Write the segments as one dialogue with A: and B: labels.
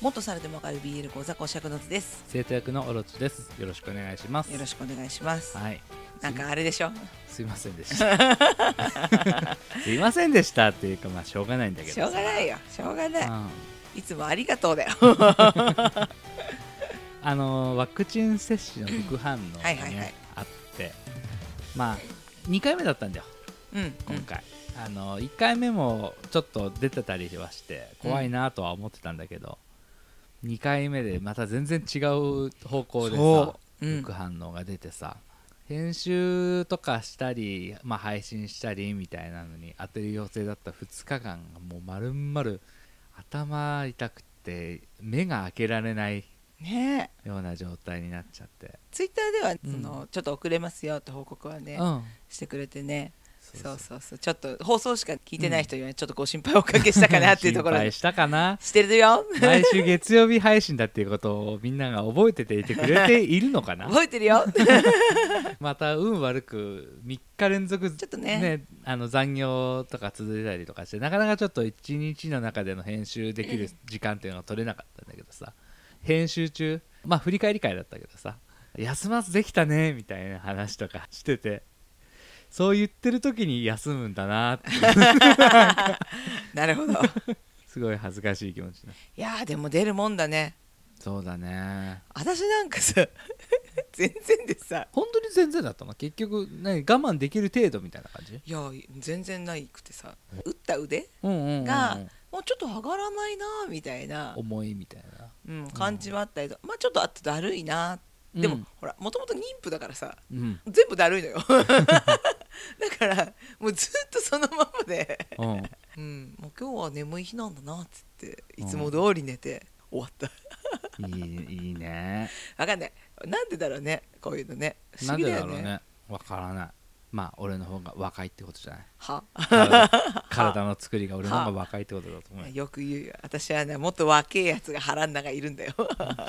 A: もっと猿でもわかる BL 講座講釈の図です
B: 生徒役のオロチですよろしくお願いします
A: よろ
B: し
A: しくお願いします
B: はい
A: なんかあれでしょ
B: すいませんでした すいませんでしたっていうかまあしょうがないんだけど
A: しょうがない
B: よ、
A: よしょうが
B: う
A: ない
B: ん
A: いつもありがとうだよ
B: あのーワクチン接種の副反応が、ね
A: はいはいはい
B: あってまあ2回目だったんだよ
A: うんうん
B: 今回、あの1回目もちょっと出てたりはして怖いなとは思ってたんだけど、2回目でまた全然違う方向でさ
A: そううん
B: 副反応が出てさ、編集とかしたり、まあ、配信したりみたいなのに当てる予定だった2日間がもう丸々頭痛くて目が開けられない
A: ねえ
B: ような状態になっちゃって、
A: ツイッターでは
B: うん
A: その、ちょっと遅れますよって報告はね、
B: うん
A: してくれてね
B: そう
A: そうそうそうちょっと放送しか聞いてない人にはちょっとご心配おかけしたかなっていうところに
B: 心配したかな
A: してるよ
B: 毎週月曜日配信だっていうことをみんなが覚えてていてくれている のかな
A: 覚えてる よ
B: また運悪く3日連続
A: ちょっとね
B: あの残業とか続いたりとかしてなかなかちょっと1日の中での編集できる時間っていうのが取れなかったんだけどさ編集中まあ振り返り会だったけどさ休まずできたねみたいな話とかしててそう言ってる時に休むんだなって
A: なるほど
B: すごい恥ずかしい気持ちになる
A: いやーでも出るもんだね
B: そうだね
A: 私なんかさ 全然でさ
B: 本当に全然だったの結局何我慢できる程度みたいな感じ
A: いや全然ないくてさ打った腕
B: うんうんうんうん
A: がもうちょっと上がらないなーみたいな、
B: 重いみたいな
A: うん、感じはあったりとまあちょっとあとだるいなーでも、
B: うん
A: ほらもともと妊婦だからさ
B: うん
A: 全部だるいの よだからもうずっとそのままで、
B: うん
A: うん、もう今日は眠い日なんだなっつっていつも通り寝て終わった
B: いいいいね
A: 分かんないなんでだろうねこういうのね 不
B: な
A: 思
B: ん
A: 議
B: で
A: だ
B: だ
A: よ
B: ろう
A: ね
B: ねわからないまあ俺の方が若いってこと じゃない
A: は
B: 体体の作りが俺の方が若いってことだと思うよ
A: よく言うよ私はねもっと若えやつが腹ん中いるんだよ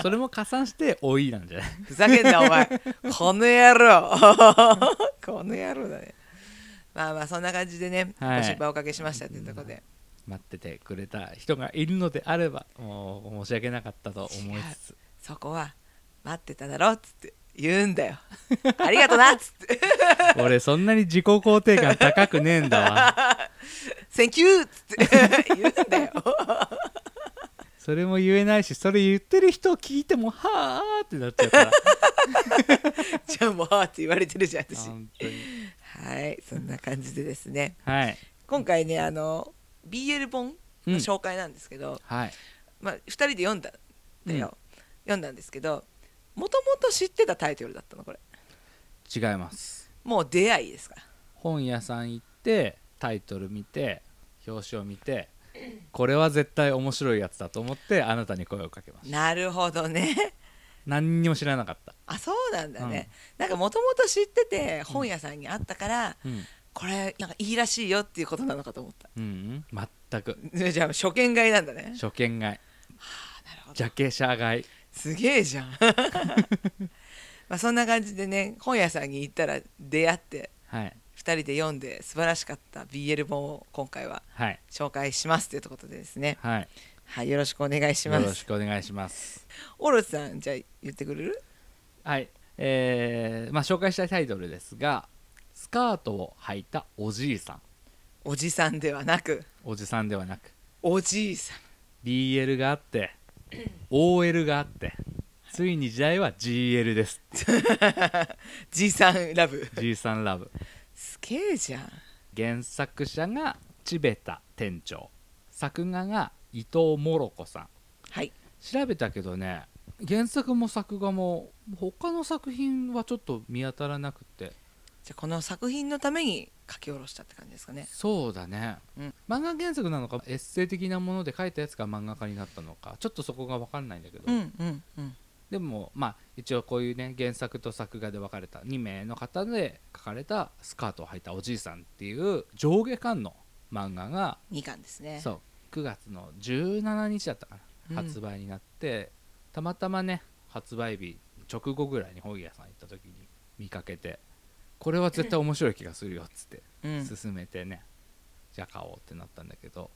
B: それも加算して老いなんじゃない
A: ふざけんなお前この野郎 この野郎だねまあまあそんな感じでね、
B: はい
A: ご心配おかけしましたっていうところで、
B: 待っててくれた人がいるのであればもう申し訳なかったと思いつつ
A: そこは待ってただろっつって言うんだよありがとうなっつって
B: 俺そんなに自己肯定感高くねえんだわ
A: センキューっつって 言うんだよ
B: それも言えないしそれ言ってる人を聞いてもはあってなっちゃうから
A: じゃあもうって言われてるじゃん私
B: 本当に
A: はいそんな感じでですね
B: はい
A: 今回ねあの BL 本
B: うん
A: の紹介なんですけど、
B: はい
A: まあ、2人で読んだんだよ、読んだんですけどもともと知ってたタイトルだったのこれ
B: 違います
A: もう出会いですから
B: 本屋さん行ってタイトル見て表紙を見てこれは絶対面白いやつだと思ってあなたに声をかけました
A: なるほどね
B: 何にも知らなかった、
A: あそうなんだね、なんかもともと知ってて本屋さんにあったから、
B: うん
A: これなんかいいらしいよっていうことなのかと思った
B: うんうん、全く
A: ねじゃあ初見買いなんだね
B: 初見
A: あな
B: 買い
A: るほど
B: ジャケシャ買い
A: すげえじゃん まあそんな感じでね本屋さんに行ったら出会って
B: はい
A: 2人で読んで素晴らしかった BL 本を今回は
B: はい
A: 紹介しますということでですね
B: はい
A: はいよろしくお願いし
B: よ
A: ま
B: ろ
A: す
B: しくお願いします
A: オロチさんじゃあ言ってくれる
B: はいえーまあ紹介したいタイトルですが「スカートを履いたおじいさん」
A: おじさんではなく
B: おじさんではなく
A: おじいさ
B: BL があって OL があってついに時代は GL です
A: んじいさんラブ
B: G さんラブ
A: すげえじゃん
B: 原作者がチベタ店長作画が伊藤もろこさん
A: はい
B: 調べたけどね原作も作画も他の作品はちょっと見当たらなくて
A: じゃあこの作品のために書き下ろしたって感じですかね
B: そうだね、
A: うん
B: 漫画原作なのかエッセイ的なもので書いたやつが漫画家になったのかちょっとそこが分かんないんだけど、
A: うんうんうん
B: でもまあ一応こういうね原作と作画で分かれた2名の方で書かれた「スカートを履いたおじいさん」っていう上下巻の漫画が
A: 2巻ですね
B: そう9月の17日だったかな、
A: うん
B: 発売になってたまたまね発売日直後ぐらいに本屋さん行った時に見かけてこれは絶対面白い気がするよっつって
A: うん
B: 勧めてね、じゃあ買おうってなったんだけど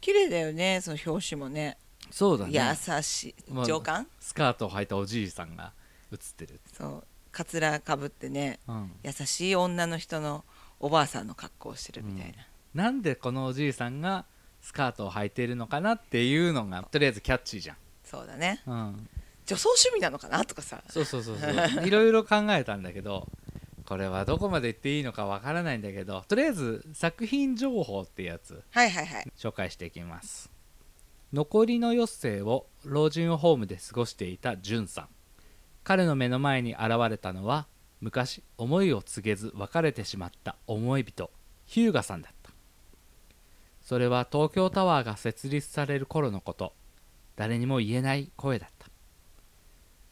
A: 綺麗だよねその表紙もね
B: そうだね
A: 優し
B: まあ
A: い上官、
B: スカートを履いたおじいさんが映ってる、
A: そうかつらかぶってね
B: うん、
A: 優しい女の人のおばあさんの格好をしてるみたいな、
B: なんでこのおじいさんがスカートを履いているのかなっていうのがとりあえずキャッチーじゃん、
A: そうだね
B: うん、
A: 女装趣味なのかなとかさ
B: そうそうそうそう いろいろ考えたんだけどこれはどこまで言っていいのかわからないんだけどとりあえず作品情報ってやつ
A: はいはいはい
B: 紹介していきます残りの余生を老人ホームで過ごしていたじゅんさん彼の目の前に現れたのは昔思いを告げず別れてしまった思い人ヒューガさんだったそれは東京タワーが設立される頃のこと誰にも言えない声だった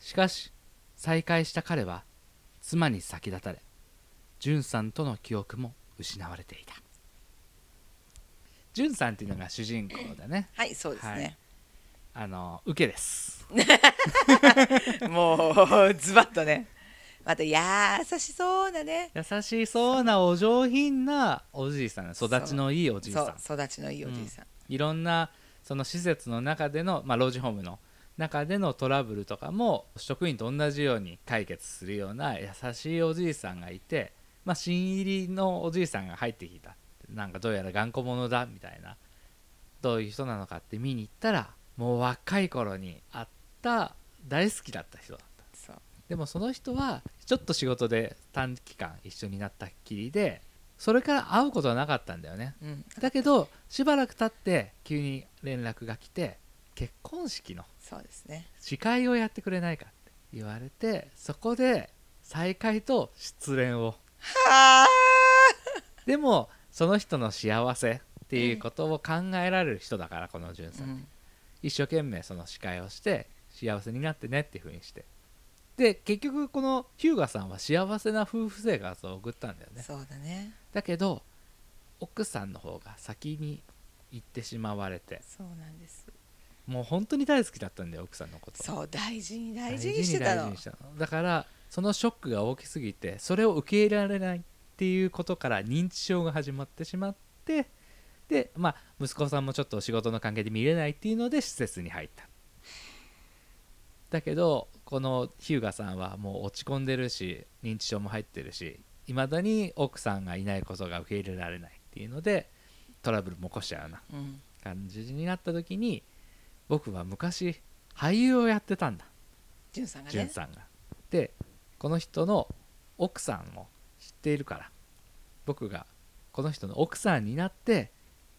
B: しかし再会した彼は妻に先立たれじゅんさんとの記憶も失われていたじゅんさんっていうのが主人公だね
A: はいそうですね、
B: あの受けです
A: もうズバッとねまた優しそうなね
B: 優しそうなお上品なおじいさん育ちのいいおじいさん
A: そう育ちのいいおじいさん、
B: いろんなその施設の中での、まあ、老人ホームの中でのトラブルとかも職員と同じように解決するような優しいおじいさんがいて、まあ、新入りのおじいさんが入ってきたなんかどうやら頑固者だみたいなどういう人なのかって見に行ったらもう若い頃に会った大好きだった人だった
A: そう
B: でもその人はちょっと仕事で短期間一緒になったっきりでそれから会うことはなかったんだよね
A: うん
B: だけどしばらく経って急に連絡が来て結婚式の
A: そうですね
B: 司会をやってくれないかって言われてそこで再会と失恋を
A: はあ
B: でもその人の幸せっていうことを考えられる人だからこの潤さん、一生懸命その司会をして幸せになってねっていうふうにしてで結局このヒューガさんは幸せな夫婦生活を送ったんだよね
A: そうだね
B: だけど奥さんの方が先に行ってしまわれて
A: そうなんです
B: もう本当に大好きだったんだよ奥さんのこと
A: そう大事に大事にしてた
B: 大事
A: の
B: にしたのだからそのショックが大きすぎてそれを受け入れられないっていうことから認知症が始まってしまってでまあ息子さんもちょっと仕事の関係で見れないっていうので施設に入っただけどこの日向さんはもう落ち込んでるし認知症も入ってるしいまだに奥さんがいないことが受け入れられないっていうのでトラブルも起こしちゃうな
A: うん
B: 感じになった時に僕は昔俳優をやってたんだ
A: じゅんさんが
B: じゅん
A: ね
B: さんが。でこの人の奥さんも知っているから僕がこの人の奥さんになって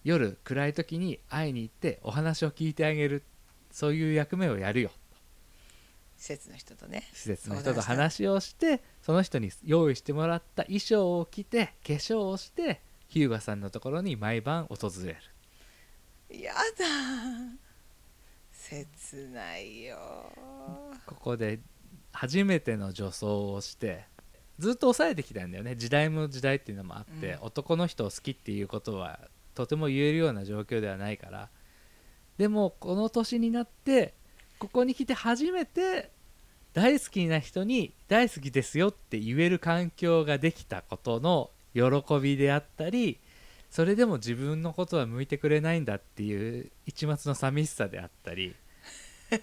B: 夜暗い時に会いに行ってお話を聞いてあげるそういう役目をやるよ
A: 施設の人とね
B: 施設の人と話をしてその人に用意してもらった衣装を着て化粧をしてヒューガさんのところに毎晩訪れる
A: やだ切ないよ
B: ここで初めての女装をしてずっと抑えてきたんだよね時代も時代っていうのもあって、
A: うん
B: 男の人を好きっていうことはとても言えるような状況ではないからでもこの年になってここに来て初めて大好きな人に大好きですよって言える環境ができたことの喜びであったりそれでも自分のことは向いてくれないんだっていう一抹の寂しさであったりっ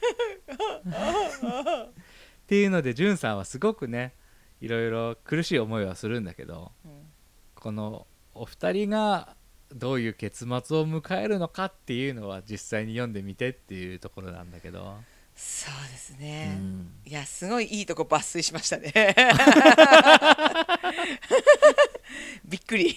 B: ていうのでんさんはすごくねいろいろ苦しい思いはするんだけど
A: うん
B: このお二人がどういう結末を迎えるのかっていうのは実際に読んでみてっていうところなんだけど、
A: そうです
B: う
A: ね、
B: ん、
A: いやすごいいいとこ抜粋しました ねびっくり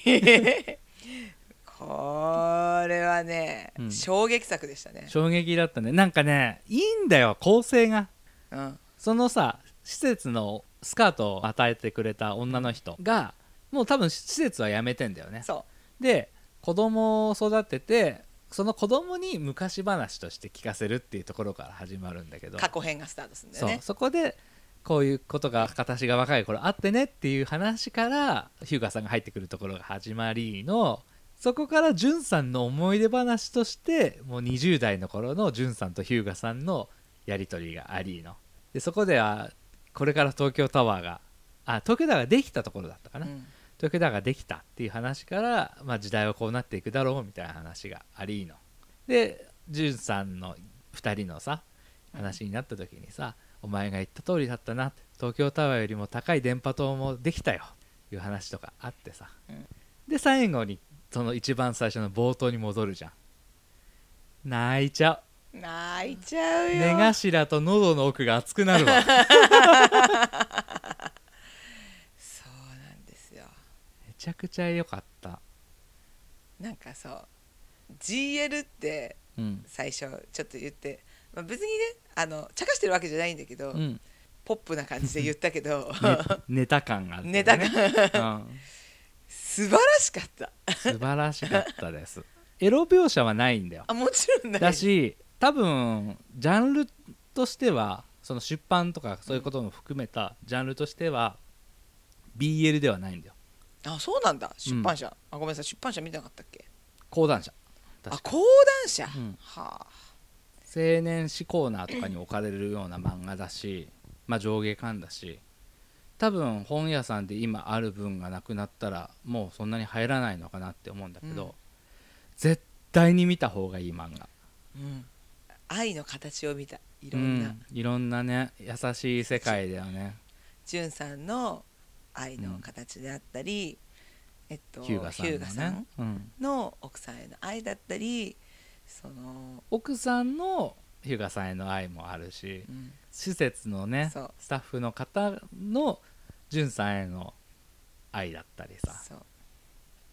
A: これはね、
B: うん
A: 衝撃作でしたね、
B: 衝撃だったねなんかねいいんだよ構成が
A: うん、
B: そのさ施設のスカートを与えてくれた女の人がもう多分施設は辞めてんだよね
A: そ
B: で子供を育ててその子供に昔話として聞かせるっていうところから始まるんだけど
A: う過去編がスタートするんだよ
B: そう
A: ね
B: そこでこういうことが形が若い頃あってねっていう話からヒューガーさんが入ってくるところが始まりのそこからジュンさんの思い出話としてもう20代の頃のジュンさんとヒューガさんのやり取りがありのでそこではこれから東京タワーがあ東京タワーができたところだったかな、
A: うん
B: 東京タワーができたっていう話から、まあ、時代はこうなっていくだろうみたいな話がありのでジュンさんの2人のさ話になった時にさ、お前が言った通りだったなって東京タワーよりも高い電波塔もできたよいう話とかあってさ、
A: うん
B: で最後にその一番最初の冒頭に戻るじゃん泣いちゃ
A: 泣いちゃう
B: う
A: よ
B: 目頭と喉の奥が熱くな るわめ
A: そうなんですよ
B: ちゃくちゃ良かった
A: なんかそう GL って
B: うん
A: 最初ちょっと言って、まあ、別にねあの茶化してるわけじゃないんだけど、
B: うん、
A: ポップな感じで言ったけど、
B: ね ネタ感があっ て、
A: ネタが
B: 感、
A: 素晴らしかった
B: うん、素晴らしかったですエロ描写はないんだよ
A: あもちろんない
B: だし多分ジャンルとしてはその出版とかそういうことも含めたジャンルとしては BL ではないんだよ
A: あそうなんだ出版社、あごめんなさい出版社見てなかったっけ
B: 講談社
A: あ
B: 確
A: 講談社、
B: うん
A: はあ
B: 青年誌コーナーとかに置かれるような漫画だし、まあ、上下巻だし多分本屋さんで今ある分がなくなったらもうそんなに入らないのかなって思うんだけど、
A: うん
B: 絶対に見た方がいい漫画
A: うん、愛の形を見たい
B: い
A: ろんな、
B: うん、いろんなね優しい世界だよね
A: じゅんさんの愛の形であったり、えっと
B: 日向さんのね
A: 日向さん
B: うん、
A: の奥さんへの愛だったりその、
B: 奥さんの日向さんへの愛もあるし
A: うん
B: 施設のね
A: そう
B: スタッフの方のんさんへの愛だったりさ
A: そう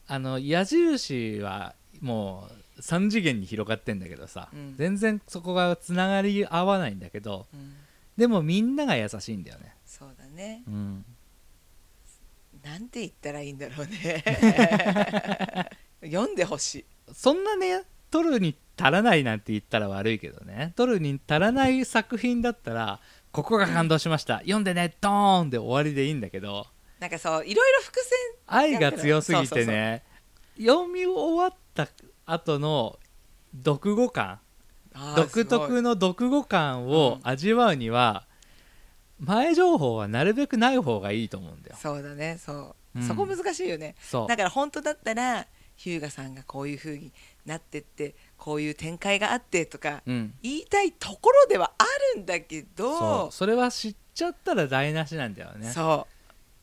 B: あの矢印はもう3次元に広がってんだけどさ、
A: うん
B: 全然そこがつながり合わないんだけど
A: うん、
B: でもみんなが優しいんだよね、
A: そうだね
B: うん、
A: なんて言ったらいいんだろう ね読んでほしい
B: そんなね撮るに足らないなんて言ったら悪いけどね撮るに足らない作品だったらここが感動しました読んでねドーンで終わりでいいんだけど
A: なんかそういろいろ伏線
B: 愛が強すぎてね読み終わった後の読後感
A: あー
B: 独
A: すごい
B: 特の読後感を味わうには前情報はなるべくない方がいいと思うんだよ
A: そうだねそう、
B: うん
A: そこ難しいよね
B: そう
A: だから本当だったら日向さんがこういう風になってってこういう展開があってとか
B: うん
A: 言いたいところではあるんだけ
B: そ
A: ど
B: うそれは知っちゃったら台無しなんだよね
A: そ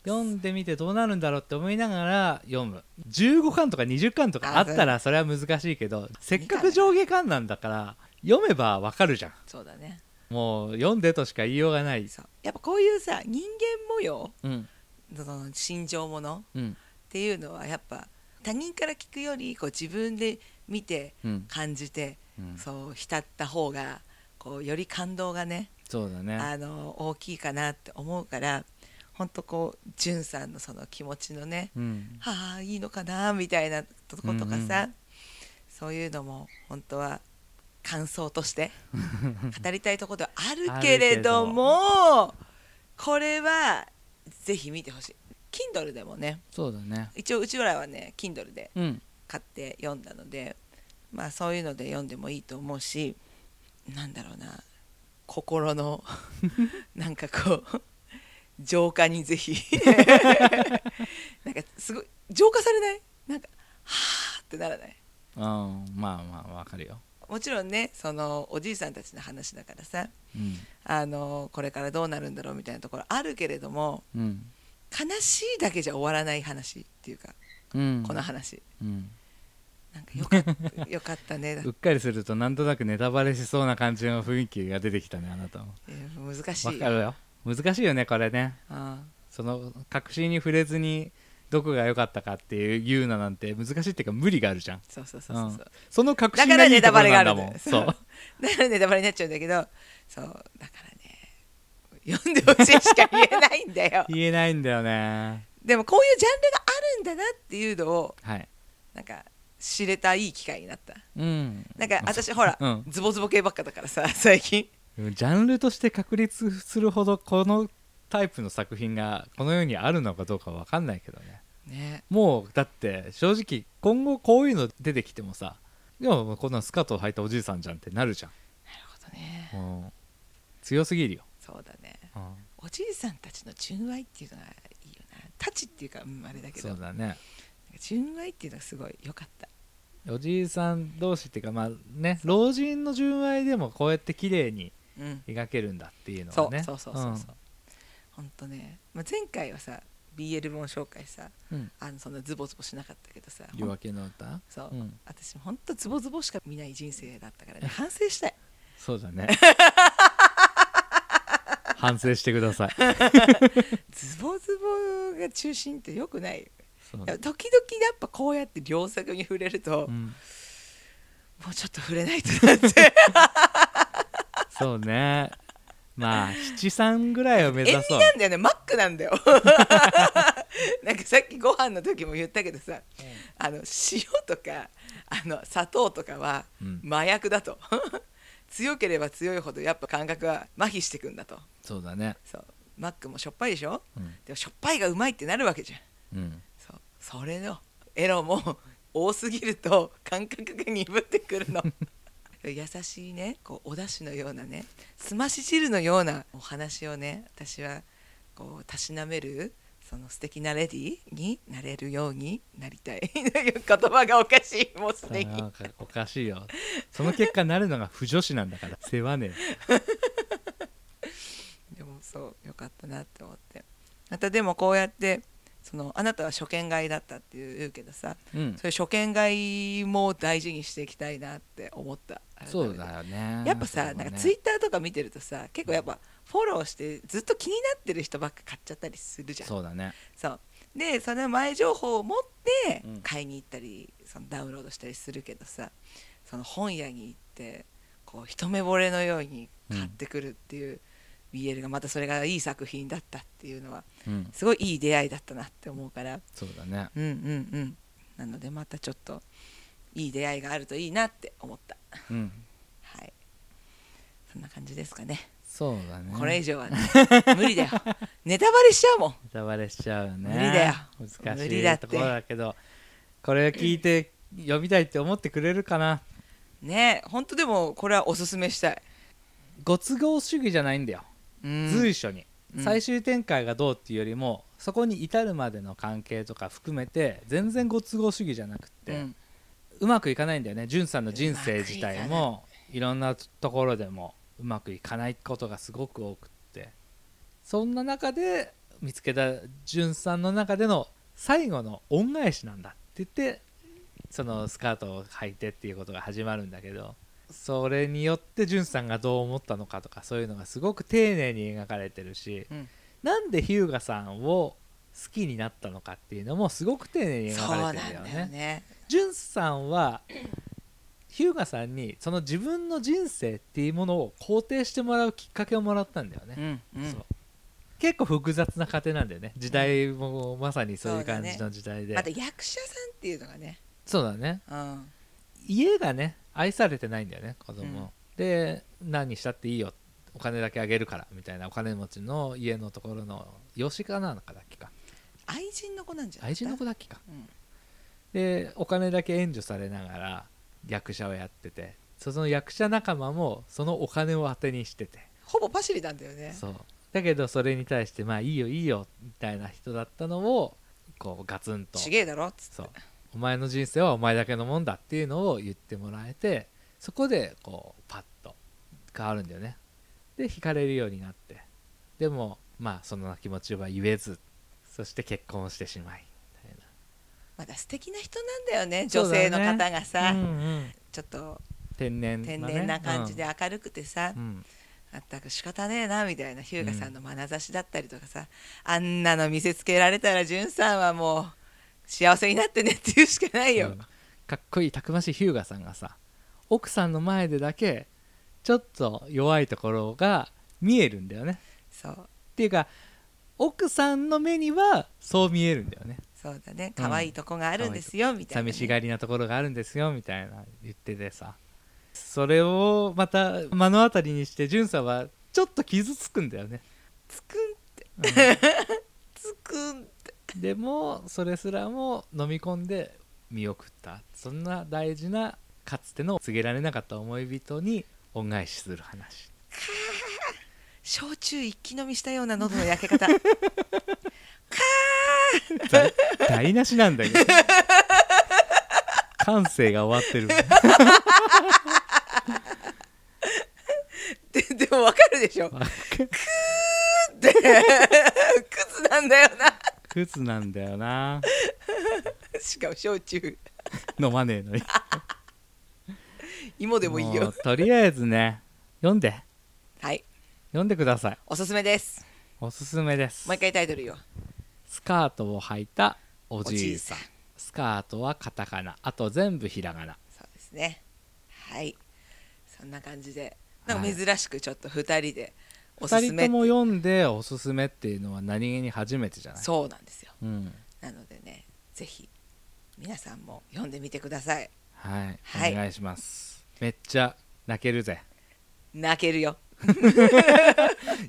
B: 読んでみてどうなるんだろうって思いながら読む15巻とか20巻とかあったらそれは難しいけどせっかく上下巻なんだから読めばわかるじゃん
A: うそうだね
B: もう読んでとしか言いようがない
A: そうやっぱこういうさ人間模様
B: うん
A: その心情もの
B: うん
A: っていうのはやっぱ他人から聞くよりこう自分で見て
B: うん
A: 感じて、
B: うん
A: そう浸った方がこうより感動がね
B: そうだね
A: あの大きいかなって思うから本当こうじゅんさんのその気持ちのね、
B: うん
A: はあいいのかなみたいなとことかさ、
B: う
A: そういうのも本当は感想として 語りたいところではあるけれどもこれはぜひ見てほしい Kindle でもね
B: そうだね
A: 一応うちらはね Kindle で
B: うん
A: 買って読んだのでまあそういうので読んでもいいと思うしなんだろうな心 のなんかこう浄化にぜ ひなんかすごい浄化されないなんかはあってならない
B: うんまあまあわかるよ
A: もちろんねそのおじいさんたちの話だからさ
B: うん
A: あのこれからどうなるんだろうみたいなところあるけれども
B: うん
A: 悲しいだけじゃ終わらない話っていうか
B: うん
A: この話
B: うん
A: なんかよかったよかったねだ
B: うっかりするとなんとなくネタバレしそうな感じの雰囲気が出てきたねあなたも
A: えー難し
B: わ
A: い
B: かるよ難しいよねこれね
A: あ
B: その確信に触れずにどこが良かったかっていう言うななんて難しいっていうか無理があるじゃん
A: そうそうそうそうそう、
B: んその確
A: だ
B: 信
A: か
B: が
A: ら
B: いい
A: ネ
B: と
A: タ
B: こ
A: バ
B: ろ
A: レが
B: な
A: あ
B: んだ
A: るんだ
B: もん
A: よ
B: そう
A: だからネタバレになっちゃうんだけどそうだからね読んでほしいしか言えないんだ よ
B: 言えないんだよね
A: でもこういうジャンルがあるんだなっていうのを
B: はい
A: なんか知れたいい機会になった
B: うん
A: なんか私ほら、
B: うん
A: ズボズボ系ばっかだからさ最近
B: でもジャンルとして確立するほどこのタイプの作品がこの世にあるのかどうかわかんないけどね
A: ね
B: もうだって正直今後こういうの出てきてもさでもこんなスカートを履いたおじいさんじゃんってなるじゃん
A: なるほどね
B: うん強すぎるよ、
A: そうだね
B: うん
A: おじいさんたちの純愛っていうのがいいよなたちっていうか、うん、あれだけど
B: そうだね
A: 純愛っていうのがすごい良かった
B: おじいさん同士っていうかまあね老人の純愛でもこうやって綺麗に
A: うん
B: 描けるんだっていうの
A: そ
B: は
A: う
B: ね
A: そうそうそうそう本当ね、まあ、前回はさ BL 本紹介さ
B: うんうん
A: あのそんなズボズボしなかったけどさほん
B: 夜明けの歌
A: そう、
B: うん
A: 私も本当ズボズボしか見ない人生だったからね反省したい
B: そう だね 反省してください
A: ズボズボが中心ってよくないよ
B: そう
A: 時々やっぱこうやって両作に触れると、
B: う
A: も
B: ん
A: うちょっと触れないとなって
B: そうねまあ七三ぐらいを目指
A: 塩味
B: そう
A: なんだよねマック なんだよなんかさっきご飯の時も言ったけどさ、あの塩とかあの砂糖とかは
B: うん
A: 麻薬だと 強ければ強いほどやっぱ感覚は麻痺してくんだと
B: そうだね
A: そうマックもしょっぱいでしょ
B: うん
A: でもしょっぱいがうまいってなるわけじゃん
B: うん
A: そうそれのエロも 多すぎると感覚が鈍ってく るの優しいねこうお出汁のようなねすまし汁のようなお話をね私はこうたしなめるその素敵なレディーになれるようになりたい という言葉がおかしいもうす
B: そ
A: で
B: れ
A: に
B: はおかしいよその結果なるのが不女子なんだ から世話ねえ
A: でもそうよかったなって思ってまたでもこうやってそのあなたは初見買いだったって言うけどさ、
B: うん
A: そういう初見買いも大事にしていきたいなって思った
B: そう
A: 改めて
B: だよね
A: やっぱさ、
B: そうだ
A: な
B: ね
A: んかツイッターとか見てるとさ結構やっぱフォローしてずっと気になってる人ばっか買っちゃったりするじゃんそう
B: そうだね
A: でその前情報を持って
B: うん
A: 買いに行ったり、そのダウンロードしたりするけどさその本屋に行ってこう一目惚れのように買ってくるっていう、BL がまたそれがいい作品だったっていうのは
B: うん
A: すごいいい出会いだったなって思うから
B: そうだね
A: うんうんうんなのでまたちょっといい出会いがあるといいなって思った
B: うん
A: はいそんな感じですかね、
B: そうだね
A: これ以上はね無理だ よネタバレしちゃうもん
B: ネタバレしちゃうね
A: 無理だよ
B: 難し
A: 無理だっ
B: い
A: て
B: ところだけどこれを聞いて読みたいって思ってくれるかな
A: ねえほんとでもこれはおすすめしたい、
B: ご都合主義じゃないんだよ、
A: うん
B: 随所に、
A: うん
B: 最終展開がどうっていうよりもそこに至るまでの関係とか含めて全然ご都合主義じゃなくって、
A: うん
B: うまくいかないんだよねんさんの人生自体もいろんなところでもうまくいかないことがすごく多くってそんな中で見つけたんさんの中での最後の恩返しなんだって言ってそのスカートを履いてっていうことが始まるんだけどそれによってんさんがどう思ったのかとかそういうのがすごく丁寧に描かれてるし
A: うん
B: なんで日向さんを好きになったのかっていうのもすごく丁寧に
A: そ
B: 描
A: うなん
B: かれ
A: だ
B: てる
A: よ
B: よね。
A: ね
B: ジュンさんはヒューガさんにその自分の人生っていうものを肯定してもらうきっかけをもらったんだよね、
A: うんうん
B: そう結構複雑な家庭なんだよね時代もまさにそういう感じの時代で、
A: また役者さんっていうのがね、
B: そうだね
A: うん、
B: 家がね愛されてないんだよね子供、
A: うん
B: で何したっていいよお金だけあげるからみたいなお金持ちの家のところの養子かなんかだっけか
A: 愛人の子なんじゃない
B: 愛人の子だっけか
A: うん
B: でお金だけ援助されながら役者をやっててその役者仲間もそのお金を当てにしてて
A: ほぼパシリなんだよね
B: そうだけどそれに対してまあいいよいいよみたいな人だったのをこうガツンと
A: ちげえだろっつって
B: そうお前の人生はお前だけのもんだっていうのを言ってもらえてそこでこうパッと変わるんだよねで惹かれるようになってでもまあその気持ちは言えずそして結婚をしてしまいみ
A: また素敵な人なんだよね
B: そ
A: 女
B: うだ
A: 性
B: よね
A: の方が
B: た
A: さ、
B: いな、うんうん
A: ちょっと
B: 天然
A: 天然な感じで明るくてさ、
B: うんうん
A: あったく仕方ねえなみたいな日向さんの眼差しだったりとかさ、あんなの見せつけられたらんさんはもう幸せになってねって言うしかないよ、
B: うんかっこいいたくましい日向さんがさ奥さんの前でだけちょっと弱いところが見えるんだよね
A: そう
B: っていうか奥さんの目にはそう見えるんだよね
A: そうだね可愛いとこがあるんですよ、みたいなね、
B: 寂しがりなところがあるんですよみたいな言っててさそれをまた目の当たりにしてんさんはちょっと傷つくんだよね、
A: つくん
B: うん
A: つくん
B: でもそれすらも飲み込んで見送ったそんな大事なかつての告げられなかった思い人に恩返しする話
A: 焼酎一気飲みしたような喉の焼け方
B: 台無しなんだけど感性が終わってる
A: ででもわかるでしょクーってクズなんだよな
B: クズなんだよな
A: しかも焼酎
B: 飲まねえのに
A: 芋でもいいよ
B: うとりあえずね読んで
A: はい
B: 読んでください
A: おすすめです
B: おすすめです
A: もう一回タイトルよ
B: スカートを履いたおじいさん
A: おじいさん
B: スカートはカタカナあと全部ひらがな
A: そうですねはいそんな感じでなんか
B: はい
A: 珍しくちょっと2人でおす
B: 二
A: す
B: 人
A: め
B: とも読んでおすすめっていうのは何気に初めてじゃない
A: そうなんですよ
B: うん
A: なのでねぜひ皆さんも読んでみてください
B: はい、
A: はい
B: お願いしますめっちゃ泣けるぜ
A: 泣けるよ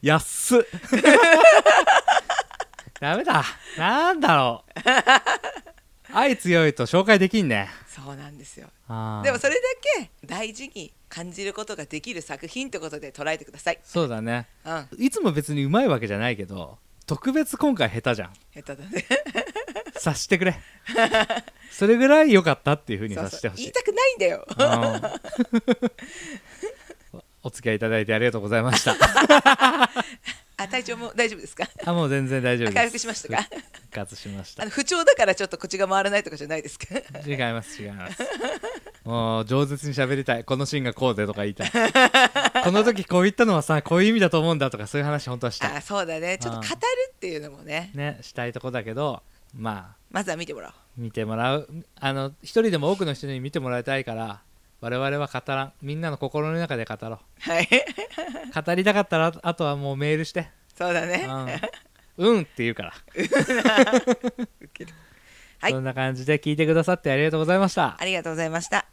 B: 安っダメだなんだろう愛強いと紹介できんね
A: そうなんですよ
B: あー
A: でもそれだけ大事に感じることができる作品ってことで捉えてください
B: そうだね
A: うん下
B: いつも別にうまいわけじゃないけど特別今回下手じゃん
A: 手だね
B: 察してく れそれぐらい良かったっていうふうに
A: そう
B: 察
A: そ
B: して
A: う
B: ほしい
A: 言いたくないんだよ
B: うん お付き合いいただいてありがとうござい ました
A: あ体調も大丈夫ですか
B: あもう全然大丈夫です
A: 回復しましたか
B: 復活しました
A: あの不調だからちょっと口が回らないとかじゃないですか
B: 違います違いますもう饒舌に喋りたいこのシーンがこうでとか言いた いこの時こう言ったのはさこういう意味だと思うんだとかそういう話本当はしたい
A: あそうだねちょっと
B: うん
A: 語るっていうのもね
B: ねしたいとこだけどまあ
A: まずは見てもらおう
B: 見てもらうあの一人でも多くの人に見てもらいたいから我々は語らんみんなの心の中で語ろ
A: はい
B: う語りたかったらあとはもうメールして
A: そうだね
B: うん、うんって 言うから、
A: はい
B: そんな感じで聞いてくださってありがとうございました
A: ありがとうございました